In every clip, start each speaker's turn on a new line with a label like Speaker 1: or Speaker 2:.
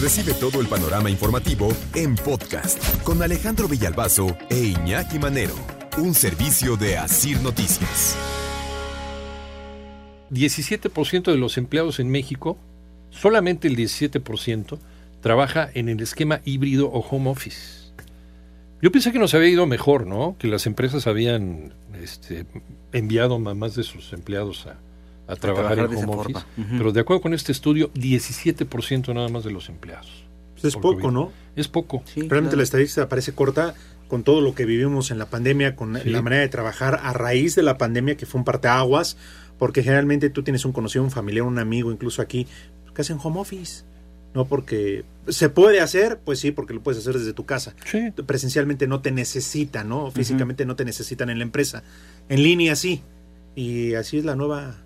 Speaker 1: Recibe todo el panorama informativo en podcast con Alejandro Villalbazo e Iñaki Manero. Un servicio de Asir Noticias.
Speaker 2: 17% de los empleados en México, solamente el 17%, trabaja en el esquema híbrido o home office. Yo pensé que nos había ido mejor, ¿no? Que las empresas habían este, enviado a más de sus empleados a, a trabajar,
Speaker 3: trabajar de
Speaker 2: en
Speaker 3: esa
Speaker 2: home
Speaker 3: forma.
Speaker 2: office.
Speaker 3: Ujú.
Speaker 2: Pero de acuerdo con este estudio, 17% nada más de los empleados.
Speaker 4: Pues es
Speaker 2: Por
Speaker 4: poco,
Speaker 2: COVID.
Speaker 4: ¿no?
Speaker 2: Es poco.
Speaker 4: Realmente la estadística parece corta con todo lo que vivimos en la pandemia, con
Speaker 2: Sí.
Speaker 4: la manera de trabajar a raíz de la pandemia, que fue un parteaguas, porque generalmente tú tienes un conocido, un familiar, un amigo, incluso aquí, pues, que hacen home office. No porque se puede hacer, pues sí, porque lo puedes hacer desde tu casa.
Speaker 2: Sí.
Speaker 4: Presencialmente no te necesitan, ¿no? Físicamente no te necesitan en la empresa. En línea sí. Y así es la nueva,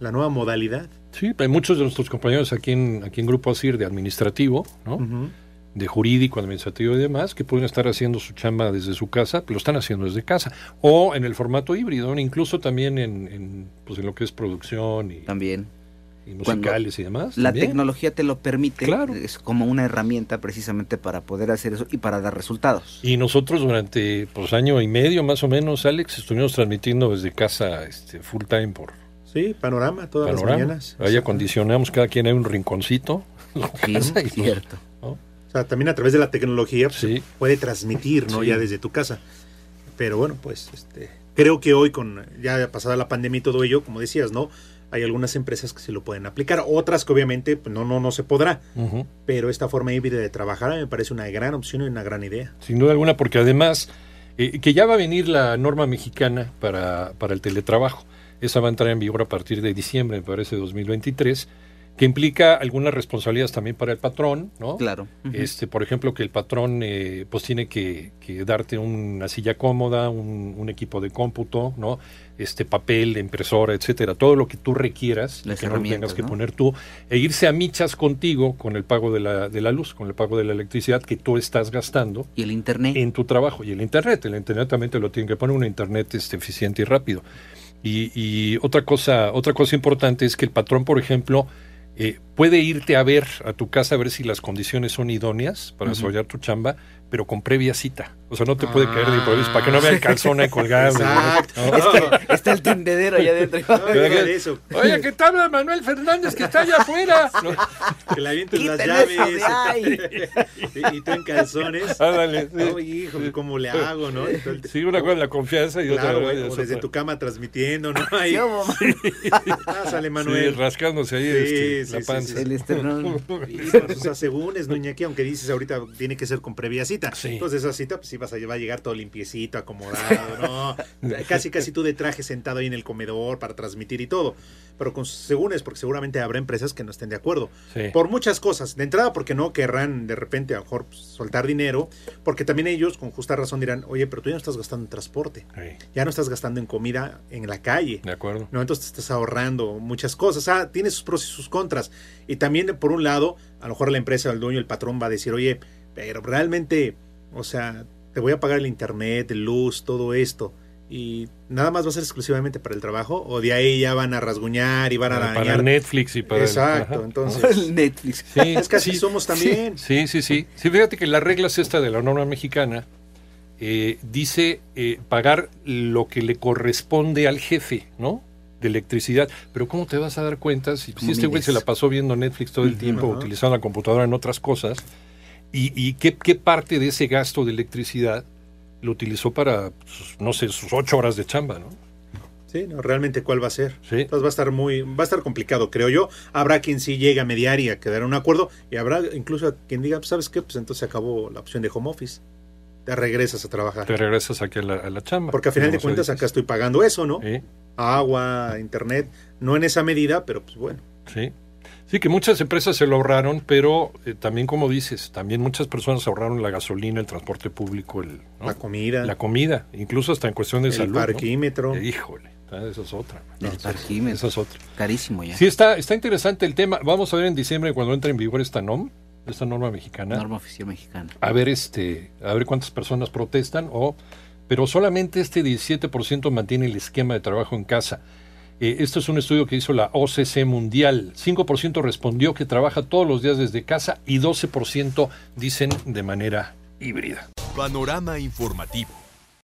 Speaker 4: la nueva modalidad.
Speaker 2: Sí, hay muchos de nuestros compañeros aquí en, aquí en Grupo ASIR de administrativo, ¿no?
Speaker 4: Ujú.
Speaker 2: de jurídico, administrativo y demás, que pueden estar haciendo su chamba desde su casa, lo están haciendo desde casa, o en el formato híbrido, ¿no? incluso también en, en, pues, en lo que es producción y,
Speaker 3: También.
Speaker 2: y
Speaker 3: Cuando
Speaker 2: musicales y demás.
Speaker 3: La
Speaker 2: Pues también.
Speaker 3: tecnología te lo permite.
Speaker 2: Claro.
Speaker 3: Es como una herramienta precisamente para poder hacer eso y para dar resultados.
Speaker 2: Y nosotros durante pues año y medio más o menos, Alex, estuvimos transmitiendo desde casa este, full time por
Speaker 4: Sí, panorama todas las
Speaker 2: panorama.
Speaker 4: mañanas.
Speaker 2: Ahí acondicionamos cada quien hay un rinconcito. en su
Speaker 3: Sí,
Speaker 2: casa y-
Speaker 3: cierto.
Speaker 4: O sea, también a través de la tecnología pues,
Speaker 2: Sí.
Speaker 4: puede transmitir, ¿no?
Speaker 2: Sí.
Speaker 4: Ya desde tu casa. Pero bueno, pues este, creo que hoy, con ya pasada la pandemia y todo ello, como decías, ¿no? Hay algunas empresas que se lo pueden aplicar, otras que obviamente pues, no, no, no se podrá.
Speaker 2: Ujú.
Speaker 4: Pero esta forma híbrida de trabajar a mí me parece una gran opción y una gran idea.
Speaker 2: Sin duda alguna, porque además, eh, que ya va a venir la norma mexicana para, para el teletrabajo. Esa va a entrar en vigor a partir de diciembre, me parece, de 2023, que implica algunas responsabilidades también para el patrón, ¿no?
Speaker 3: Claro. Ujú.
Speaker 2: Este, por ejemplo, que el patrón eh, pues tiene que, que darte una silla cómoda, un, un equipo de cómputo, ¿no? Este papel, impresora, etcétera, todo lo que tú requieras,
Speaker 3: Las
Speaker 2: que no lo tengas
Speaker 3: herramientas,
Speaker 2: que
Speaker 3: ¿no?
Speaker 2: poner tú, e irse a michas contigo con el pago de la, de la luz, con el pago de la electricidad que tú estás gastando
Speaker 3: Y el internet.
Speaker 2: en tu trabajo y el internet. El internet también te lo tienen que poner, un internet este, eficiente y rápido. Y, y otra cosa, otra cosa importante es que el patrón, por ejemplo, eh, puede irte a ver a tu casa a ver si las condiciones son idóneas para desarrollar tu chamba, pero con previa cita. O sea, no te puede caer de improviso para que no vea el calzón ahí colgado.
Speaker 4: Ah. Exacto.
Speaker 2: ¿no?
Speaker 3: Es que está el tendedero allá adentro.
Speaker 4: No, deja de eso.
Speaker 2: Oye, que te habla Manuel Fernández que está allá afuera. No,
Speaker 4: Que le avientes las
Speaker 3: Quítale eso
Speaker 4: llaves.
Speaker 3: de ahí.
Speaker 4: y, y tú en calzones.
Speaker 2: ándale, sí.
Speaker 4: Ay, hijo, ¿cómo le hago, no? Y todo el-
Speaker 2: Sí, una cosa es la confianza y otra
Speaker 4: Claro,
Speaker 2: es
Speaker 4: güey, como
Speaker 2: otra-
Speaker 4: desde tu cama transmitiendo, ¿no? Ahí.
Speaker 3: ¿Qué hubo, man?
Speaker 4: Ah, sale
Speaker 2: Sí,
Speaker 4: Manuel.
Speaker 2: rascándose ahí
Speaker 4: Sí,
Speaker 2: este,
Speaker 4: sí,
Speaker 2: la
Speaker 4: sí,
Speaker 2: panza.
Speaker 4: sí.
Speaker 3: El esternón.
Speaker 4: Sí, pero, o sea, según es Nuñaki, aunque dices ahorita tiene que ser con previa cita.
Speaker 2: Sí.
Speaker 4: Entonces esa cita, pues sí vas a llevar a llegar todo limpiecito, acomodado, ¿no? Casi, casi tú de traje sentado ahí en el comedor para transmitir y todo. Pero con, según es, porque seguramente habrá empresas que no estén de acuerdo.
Speaker 2: Sí.
Speaker 4: Por muchas cosas. De entrada, porque no querrán de repente a lo mejor pues, soltar dinero, porque también ellos con justa razón dirán, oye, pero tú ya no estás gastando en transporte,
Speaker 2: Sí,
Speaker 4: ya no estás gastando en comida en la calle.
Speaker 2: de acuerdo.
Speaker 4: ¿no? Entonces te estás ahorrando muchas cosas. Ah, tiene sus pros y sus contras. Y también, por un lado, a lo mejor la empresa, el dueño, el patrón va a decir, oye, pero realmente, o sea, te voy a pagar el internet, luz, todo esto. Y nada más va a ser exclusivamente para el trabajo, o de ahí ya van a rasguñar y van a
Speaker 2: para,
Speaker 4: dañar.
Speaker 2: Netflix y para el-
Speaker 4: Exacto,
Speaker 2: ajá.
Speaker 4: entonces.
Speaker 3: Netflix.
Speaker 2: Sí,
Speaker 4: Es que así somos también.
Speaker 2: Sí, sí, sí. Sí, fíjate que las reglas esta de la norma mexicana eh, dice eh, pagar lo que le corresponde al jefe, ¿no? De electricidad. Pero ¿cómo te vas a dar cuenta si, si
Speaker 3: ¿Cómo
Speaker 2: este güey
Speaker 3: mides?
Speaker 2: se la pasó viendo Netflix todo el tiempo,
Speaker 4: ajá.
Speaker 2: utilizando la computadora en otras cosas? ¿Y, y qué, qué parte de ese gasto de electricidad lo utilizó para, sus, no sé, sus ocho horas de chamba, ¿no?
Speaker 4: Sí, no, realmente cuál va a ser.
Speaker 2: Sí.
Speaker 4: Entonces va a estar muy, va a estar complicado, creo yo. Habrá quien sí llegue a mediar y a quedar en un acuerdo, y habrá incluso quien diga, pues, ¿sabes qué? Pues entonces se acabó la opción de home office. Te regresas a trabajar.
Speaker 2: Te regresas aquí a la, a la chamba.
Speaker 4: Porque a final de
Speaker 2: Como se
Speaker 4: cuentas
Speaker 2: dice.
Speaker 4: acá estoy pagando eso, ¿no?
Speaker 2: Sí.
Speaker 4: Agua, internet, no en esa medida, pero pues bueno.
Speaker 2: Sí. Sí, que muchas empresas se lo ahorraron, pero eh, también, como dices, también muchas personas ahorraron la gasolina, el transporte público, el, ¿no?
Speaker 4: La comida.
Speaker 2: La comida, incluso hasta en cuestión de
Speaker 4: El
Speaker 2: salud. ¿no?
Speaker 4: parquímetro.
Speaker 2: Eh, Híjole, ah, esa es otra.
Speaker 3: El
Speaker 2: esa es-
Speaker 3: parquímetro.
Speaker 2: Esa es otra.
Speaker 3: Carísimo ya.
Speaker 2: Sí, está, está interesante el tema. Vamos a ver en diciembre cuando entre en vigor esta NOM, esta norma mexicana.
Speaker 3: Norma oficial mexicana.
Speaker 2: A ver este, a ver cuántas personas protestan o pero solamente este 17% mantiene el esquema de trabajo en casa. Eh, esto es un estudio que hizo la OCC Mundial. 5% respondió que trabaja todos los días desde casa y 12% dicen de manera híbrida.
Speaker 1: Panorama informativo.